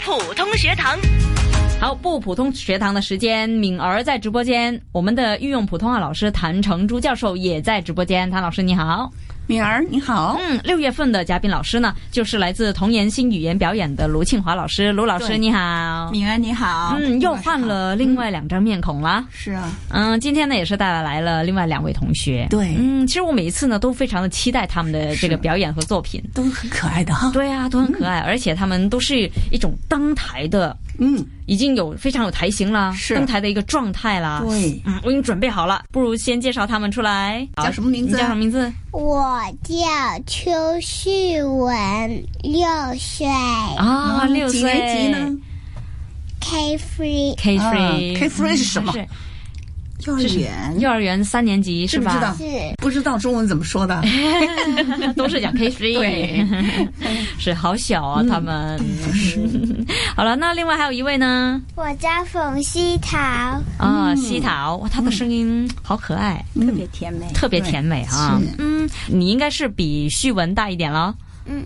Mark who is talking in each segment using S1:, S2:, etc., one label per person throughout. S1: 普通学堂。
S2: 好，不普通学堂的时间，敏儿在直播间，我们的御用普通话老师谭成珠教授也在直播间。谭老师你好，
S3: 敏儿你好，
S2: 嗯，六月份的嘉宾老师呢，就是来自童言新语言表演的卢庆华老师，卢老师
S3: 对
S2: 你好，
S3: 敏儿你好，
S2: 嗯，又换了另外两张面孔啦。
S3: 是啊，
S2: 嗯，今天呢也是带来了另外两位同学。
S3: 对
S2: 嗯，其实我每一次呢都非常的期待他们的这个
S3: 是嗯
S2: 表演和作品。
S3: 都很可爱的哈，
S2: 对啊，都很可爱，而且他们都是一种登台的，
S3: 嗯，
S2: 已经有非常有台型啦，
S3: 是
S2: 登台的一个状态啦。
S3: 对，
S2: 嗯，我已经准备好了，不如先介绍他们出来。
S3: 叫什么名
S2: 你
S3: 字
S2: 叫
S3: 啊？
S2: 什么名字？
S4: 我叫邱旭文，六岁
S2: 啊，
S3: 嗯
S2: 六
S3: 几
S2: 岁。
S3: 年级呢啊
S4: ，K three，
S2: ？K three。
S3: ？K three 是什么？
S2: 是
S3: 幼儿园
S2: 幼儿园三年级
S3: 知
S2: 是
S3: 不知
S2: 吧
S3: 道？？
S4: 是
S3: 不知道中文怎么说的？ 嗯
S2: 都是讲 K three，
S3: 对， 嗯
S2: 是好小啊，他们。 好了，那另外还有一位呢？
S4: 我叫冯希桃，
S3: 嗯
S2: 啊，西塔，哇，她的声音好可爱，
S3: 特别甜美，
S2: 特别甜美啊
S3: 嗯对是。
S2: 嗯，你应该是比旭文大一点了。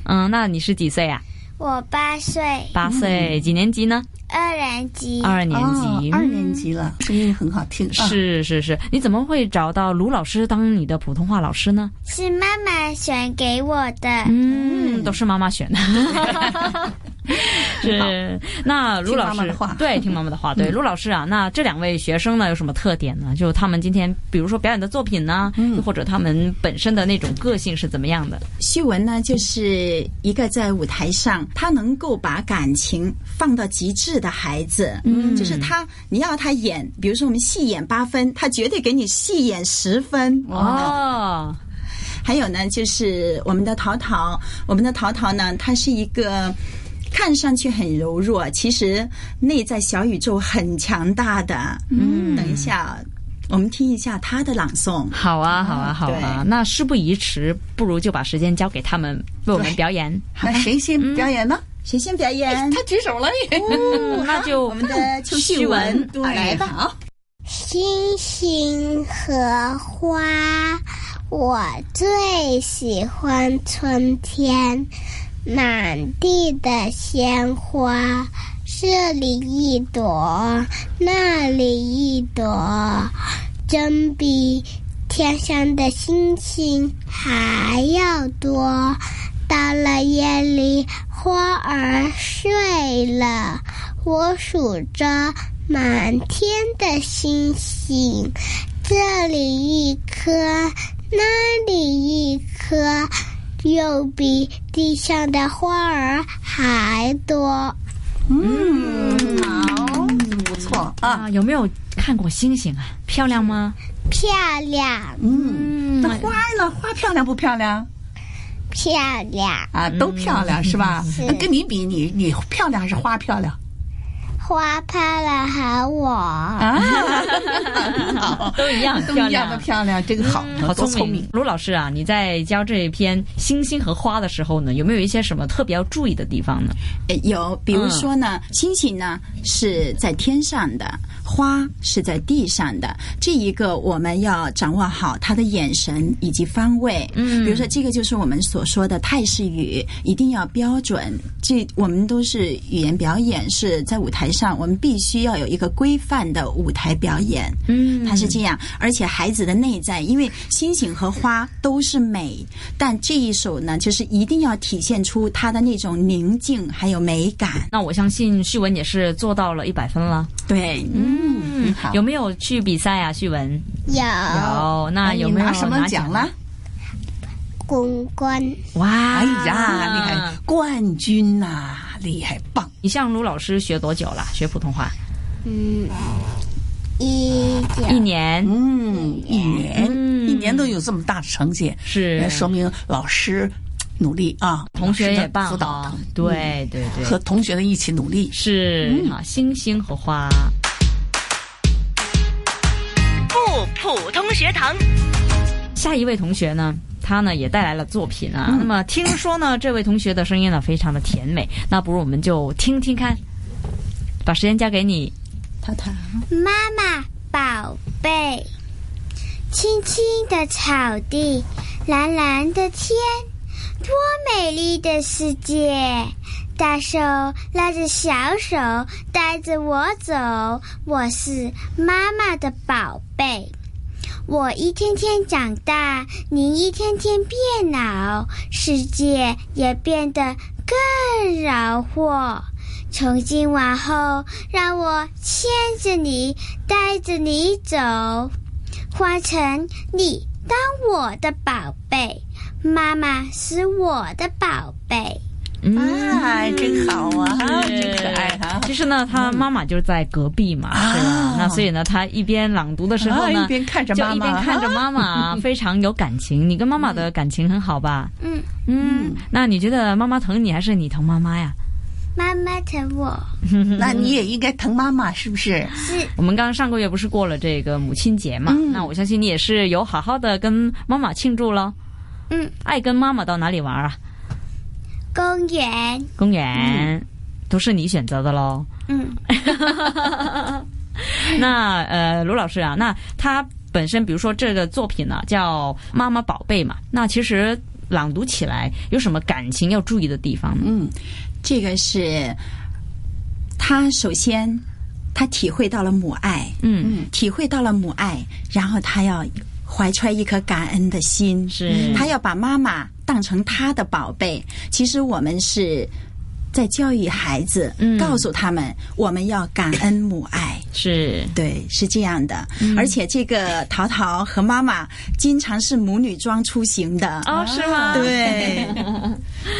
S4: 嗯
S2: 那你是几岁啊？
S4: 我八岁，
S2: 八岁，几年级呢？
S4: 二年级，
S2: 二年级
S3: 嗯哦，二年级了，声音很好听，啊
S2: 是是是，你怎么会找到卢老师当你的普通话老师呢？
S4: 是妈妈选给我的。
S2: 嗯，都是妈妈选的。是，那卢老师
S3: 听妈妈的话
S2: 对听妈妈的话，对卢老师啊，那这两位学生呢有什么特点呢？就他们今天，比如说表演的作品呢，又或者他们本身的那种个性是怎么样的？
S5: 希文呢，就是一个在舞台上，他能够把感情放到极致的孩子，嗯，就是他，你要他演，比如说我们戏演八分，他绝对给你戏演十分。
S2: 哦，
S5: 还有呢，就是我们的淘淘，我们的淘淘呢，她是一个。看上去很柔弱，其实内在小宇宙很强大的。嗯，等一下，我们听一下她的朗诵。
S2: 好啊，好啊，好啊。
S5: 对
S2: 那事不宜迟，不如就把时间交给他们为我们表演。
S3: 那谁先表演呢？
S5: 嗯
S3: 哎
S5: 谁先表演？
S3: 举手了耶！
S2: 嗯那就
S5: 我们的邱
S2: 徐
S5: 旭
S2: 文
S5: 文，
S3: 对
S5: 来吧。好
S4: 星星和花，我最喜欢春天，满地的鲜花，这里一朵，那里一朵，真比天上的星星还要多。到了夜里，花儿睡了，我数着满天的星星，这里一颗，那里一颗，又比地上的花儿还多。
S3: 嗯好，不错啊，
S2: 啊，有没有看过星星啊？漂亮吗？
S4: 漂亮，
S3: 嗯，那花儿呢？花漂亮不漂亮？
S4: 漂亮，
S3: 啊，
S2: 嗯
S3: 都漂亮是吧？
S4: 是
S3: 那跟你比，你你漂亮还是花漂亮？
S4: 花漂亮喊我，
S3: 啊，
S2: 都一样，
S3: 都
S2: 漂
S3: 一样的
S2: 亮。嗯
S3: 漂亮，这个嗯好，
S2: 好
S3: 多
S2: 聪
S3: 明
S2: 明，。卢老师啊，你在教这篇《星星和花》的时候呢，有没有一些什么特别要注意的地方呢？
S5: 呃有，比如说呢，星星呢是在天上的，花是在地上的，这一个我们要掌握好它的眼神以及方位。嗯，比如说这个就是我们所说的泰式语，一定要标准。这我们都是语言表演，是在舞台上，我们必须要有一个规范的舞台表演。嗯，它是这样，而且孩子的内在，因为星星和花都是美，但这一首呢，就是一定要体现出它的那种宁静还有美感。
S2: 那我相信旭文也是做到了一百分了。
S5: 对，
S3: 嗯，好。哦
S2: 有没有去比赛啊？旭文
S4: 有
S2: 有，那
S3: 哎你
S2: 有没有
S3: 拿什么
S2: 哎拿
S3: 奖
S2: 奖
S3: 啦？？
S4: 公关。
S2: 哇，
S3: 哎
S2: 啊
S3: 呀，厉害！，冠军呐、厉害棒！
S2: 你向卢老师学多久了？学普通话
S4: 嗯，一九
S2: 一年。
S3: 嗯，一年、
S2: 嗯
S3: 一年都有这么大的成绩，
S2: 是
S3: 那哎说明老师努力啊，
S2: 同学
S3: 老师
S2: 也
S3: 的
S2: 棒
S3: 辅导嗯
S2: 啊
S3: 他们，
S2: 对对对，
S3: 和同学们一起努力。
S2: 是啊，星星和花。
S1: 不普通学堂，
S2: 下一位同学呢，他呢也带来了作品
S3: 嗯
S2: 啊。那么听说呢，这位同学的声音呢非常的甜美，那不如我们就听听看。把时间交给你，
S5: 淘淘，
S4: 妈妈，宝贝，青青的草地，蓝蓝的天，多美丽的世界！大手拉着小手，带着我走。我是妈妈的宝贝。我一天天长大，你一天天变老，世界也变得更辽阔。从今往后，让我牵着你，带着你走，花城，你当我的宝贝，妈妈是我的宝贝。
S3: 啊，真好啊，真可爱哈、
S2: 嗯其实呢，他妈妈就在隔壁嘛，是吧？那所以呢，他一边朗读的时候
S3: 啊！
S2: 呢
S3: 一，边看着
S2: 就
S3: 妈
S2: 一边
S3: 妈，
S2: 看
S5: 啊
S2: 着妈 妈，非常有感情。你跟妈妈的感情很好吧？
S4: 嗯，
S2: 嗯，那你觉得妈妈疼你，还是你疼妈妈呀？
S4: 妈妈疼我，
S3: 那你也应该疼妈妈，是不是？
S4: 是
S2: 我们刚上个月不是过了这个母亲节嘛？那我相信你也是有好好的跟妈妈庆祝喽。
S4: 嗯，
S2: 爱跟妈妈到哪里玩啊？
S4: 公园。
S2: 公园，都是你选择的 喽。
S4: 嗯，
S2: 那呃，卢老师啊，那他本身比如说这个作品呢、叫《妈妈宝贝》嘛，那其实朗读起来有什么感情要注意的地方呢？
S5: 嗯，这个是他首先他体会到了母爱，
S2: 嗯，
S5: 体会到了母爱，然后他要怀揣一颗感恩的心，
S2: 是
S5: 他要把妈妈当成他的宝贝。其实我们是在教育孩子，
S2: 嗯
S5: 告诉他们我们要感恩母爱。
S2: 是，
S5: 对，是这样的，
S2: 嗯
S5: 而且这个淘淘和妈妈经常是母女装出行的，
S2: 哦，是吗？。 嗯
S5: 对，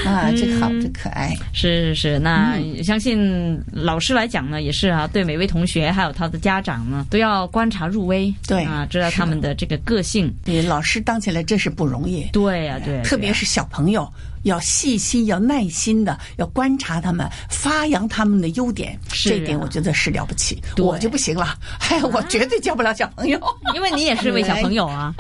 S3: 啊，真好，真可爱。
S2: 是是是，那
S3: 嗯
S2: 相信老师来讲呢，也是啊，对每位同学还有他的家长呢，都要观察入微，
S3: 对
S2: 啊，知道他们的这个个性。
S3: 对，老师当起来真是不容易，
S2: 对呀、对啊、
S3: 特别是小朋友，要细心，要耐心的，要观察他们，发扬他们的优点。
S2: 是
S3: 这一点
S2: 啊
S3: 我觉得是了不起，
S2: 对
S3: 我就不行了，哎，我绝对教不了小朋友，
S2: 因为你也是位小朋友 啊，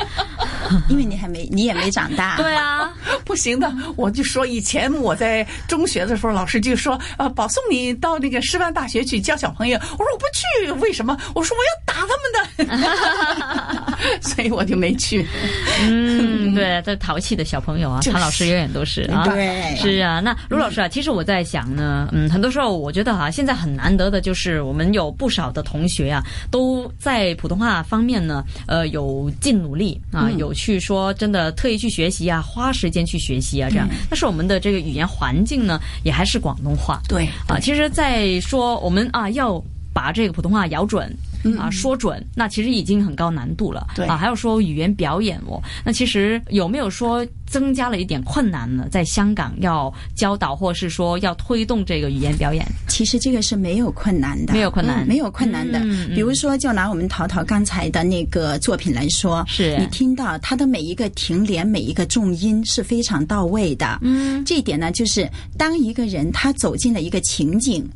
S5: 因为你还没，你也没长大，
S2: 对啊，
S3: 不行的。我就说，以前我在中学的时候，老师就说，呃，保送你到那个师范大学去教小朋友。我说我不去，为什么？我说我要打他们的，所以我就没去。
S2: 嗯，对，这淘气的小朋友啊，
S3: 就是嗯
S2: 唐老师永远都是啊，
S5: 对
S2: 是啊。那卢老师啊，其实我在想呢，嗯，很多时候我觉得哈、现在很难得的就是我们有不少的同学啊，都在普通话方面呢，呃，有尽努力啊，
S3: 嗯
S2: 有去说真的特意去学习啊，花时间去学习啊，这样。
S3: 嗯
S2: 但是我们的这个语言环境呢，也还是广东话。
S3: 对
S2: 啊，其实，在说我们啊要把这个普通话咬准。啊，说准那其实已经很高难度了。
S3: 对
S2: 啊，还有说语言表演哦，那其实有没有说增加了一点困难呢？在香港要教导，或是说要推动这个语言表演，
S5: 其实这个是没有困难的，
S2: 没有困难
S5: 嗯没有困难的。
S2: 嗯嗯
S5: 比如说，就拿我们淘淘刚才的那个作品来说，
S2: 是
S5: 你听到它的每一个停连、每一个重音是非常到位的。嗯，这一点呢，就是当一个人他走进了一个情景。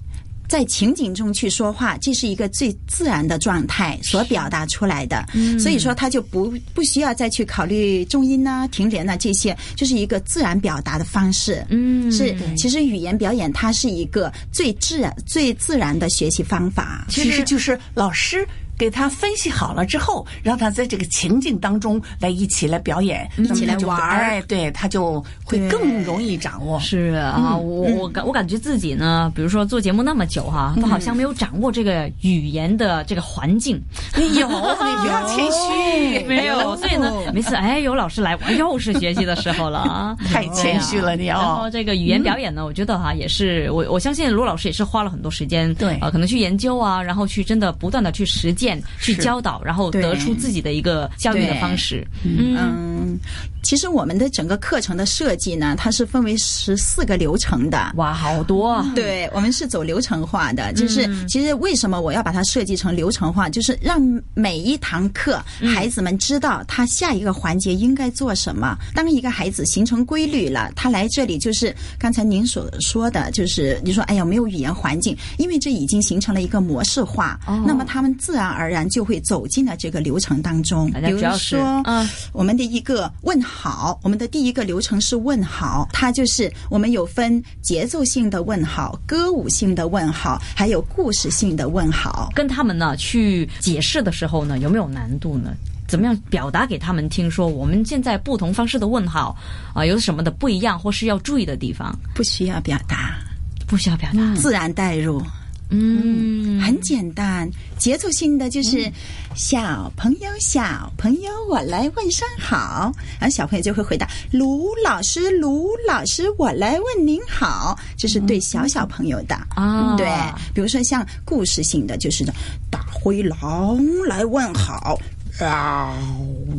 S5: 在情景中去说话，这是一个最自然的状态所表达出来的，
S2: 嗯
S5: 所以说他就不不需要再去考虑重音呐、停连呐、这些，就是一个自然表达的方式。
S2: 嗯
S5: 是其实语言表演它是一个最自然、最自然的学习方法。
S3: 其实就是老师给他分析好了之后，让他在这个情境当中来一起来表演，一
S5: 起来玩儿
S3: 哎，对他就会更容易掌握。
S2: 是啊，我我感我感觉自己呢，比如说做节目那么久哈、都好像没有掌握这个语言的这个环境，
S3: 有，你不要谦虚，
S2: 哦没有，所以呢，每次哎有老师来，我又是学习的时候了啊，
S3: 太谦虚了
S2: 对啊
S3: 你哦
S2: 然后这个语言表演呢，我觉得哈、也是我我相信卢老师也是花了很多时间，
S3: 对
S2: 呃，可能去研究啊，然后去真的不断的去实践、去教导，然后
S5: 对
S2: 得出自己的一个教育的方式。嗯，
S5: 嗯，其实我们的整个课程的设计呢，它是分为十四个流程的。
S2: 哇，好多啊，
S5: 对，我们是走流程化
S2: 嗯
S5: 的，就是、其实为什么我要把它设计成流程化，就是让每一堂课
S2: 嗯
S5: 孩子们知道他下一个环节应该做什么。当一个孩子形成规律了，他来这里就是刚才您所说的，就是你说哎呀没有语言环境，因为这已经形成了一个模式化，
S2: 哦
S5: 那么他们自然而然就会走进了这个流程当中。
S2: 大家
S5: 比如
S2: 主要是
S5: 说，
S2: 嗯
S5: 我们的一个问好，我们的第一个流程是问好，它就是我们有分节奏性的问好、歌舞性的问好，还有故事性的问好。
S2: 跟他们呢去解释的时候呢，有没有难度呢？怎么样表达给他们听？说我们现在不同方式的问号啊、有什么的不一样，或是要注意的地方？
S5: 不需要表达，
S2: 不需要表达，
S5: 自然带入，
S2: 嗯，
S5: 很简单，节奏性的就是小朋友，小朋友，我来问声好，然后小朋友就会回答卢老师，卢老师，我来问您好，这是对小小朋友的
S3: 嗯
S2: 啊
S5: 对，比如说像故事性的，就是大灰狼来问 好，
S6: 啊，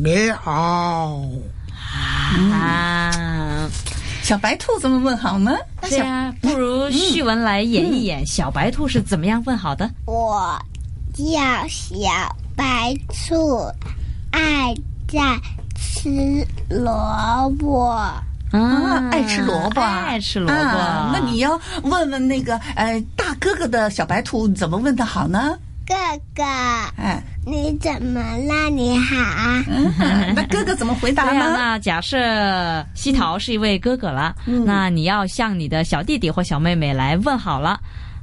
S6: 你好。
S5: 嗯
S2: 啊，
S3: 小白兔怎么问好呢？
S2: 对
S3: 哎
S2: 啊，不如
S3: 嗯
S2: 旭文来演一演小白兔是怎么样问好的。
S4: 我叫小白兔，爱在吃萝卜。
S2: 啊
S3: 爱吃萝卜啊
S2: 爱吃萝卜。
S3: 啊，那你要问问那个呃大哥哥的小白兔怎么问的好呢？
S4: 哥哥，
S3: 哎，
S4: 你怎么了？你好，
S3: 那哥哥怎么回答
S2: 对啊，
S3: 呢？
S2: 那假设西桃是一位哥哥了，
S3: 嗯
S2: 那你要向你的小弟弟或小妹妹来问好了，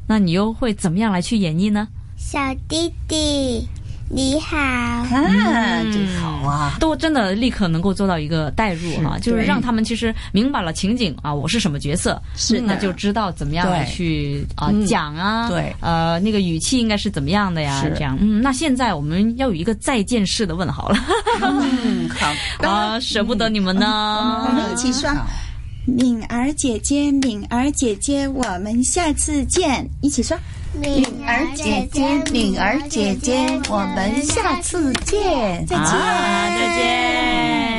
S2: 那你又会怎么样来去演绎呢？
S4: 小弟弟，你好。
S2: 嗯
S3: 啊，真好啊！
S2: 都真的立刻能够做到一个代入哈、就是让他们其实明白了情景啊，我是什么角色，嗯
S5: 是的
S2: 那就知道怎么样来
S3: 对
S2: 去啊、
S3: 嗯
S2: 讲啊，
S3: 对
S2: 呃，那个语气应该是怎么样的呀？
S3: 是
S2: 这样，嗯，那现在我们要有一个再见式的问 好了，
S3: 嗯，好，
S2: 啊，舍不得你们呢，
S5: 我
S3: 嗯
S5: 们一起嗯说。敏儿姐姐，敏儿姐姐，我们下次见。一起说，
S4: 敏
S3: 儿姐姐，敏儿姐姐，我们下次见，再
S2: 啊啊，再见。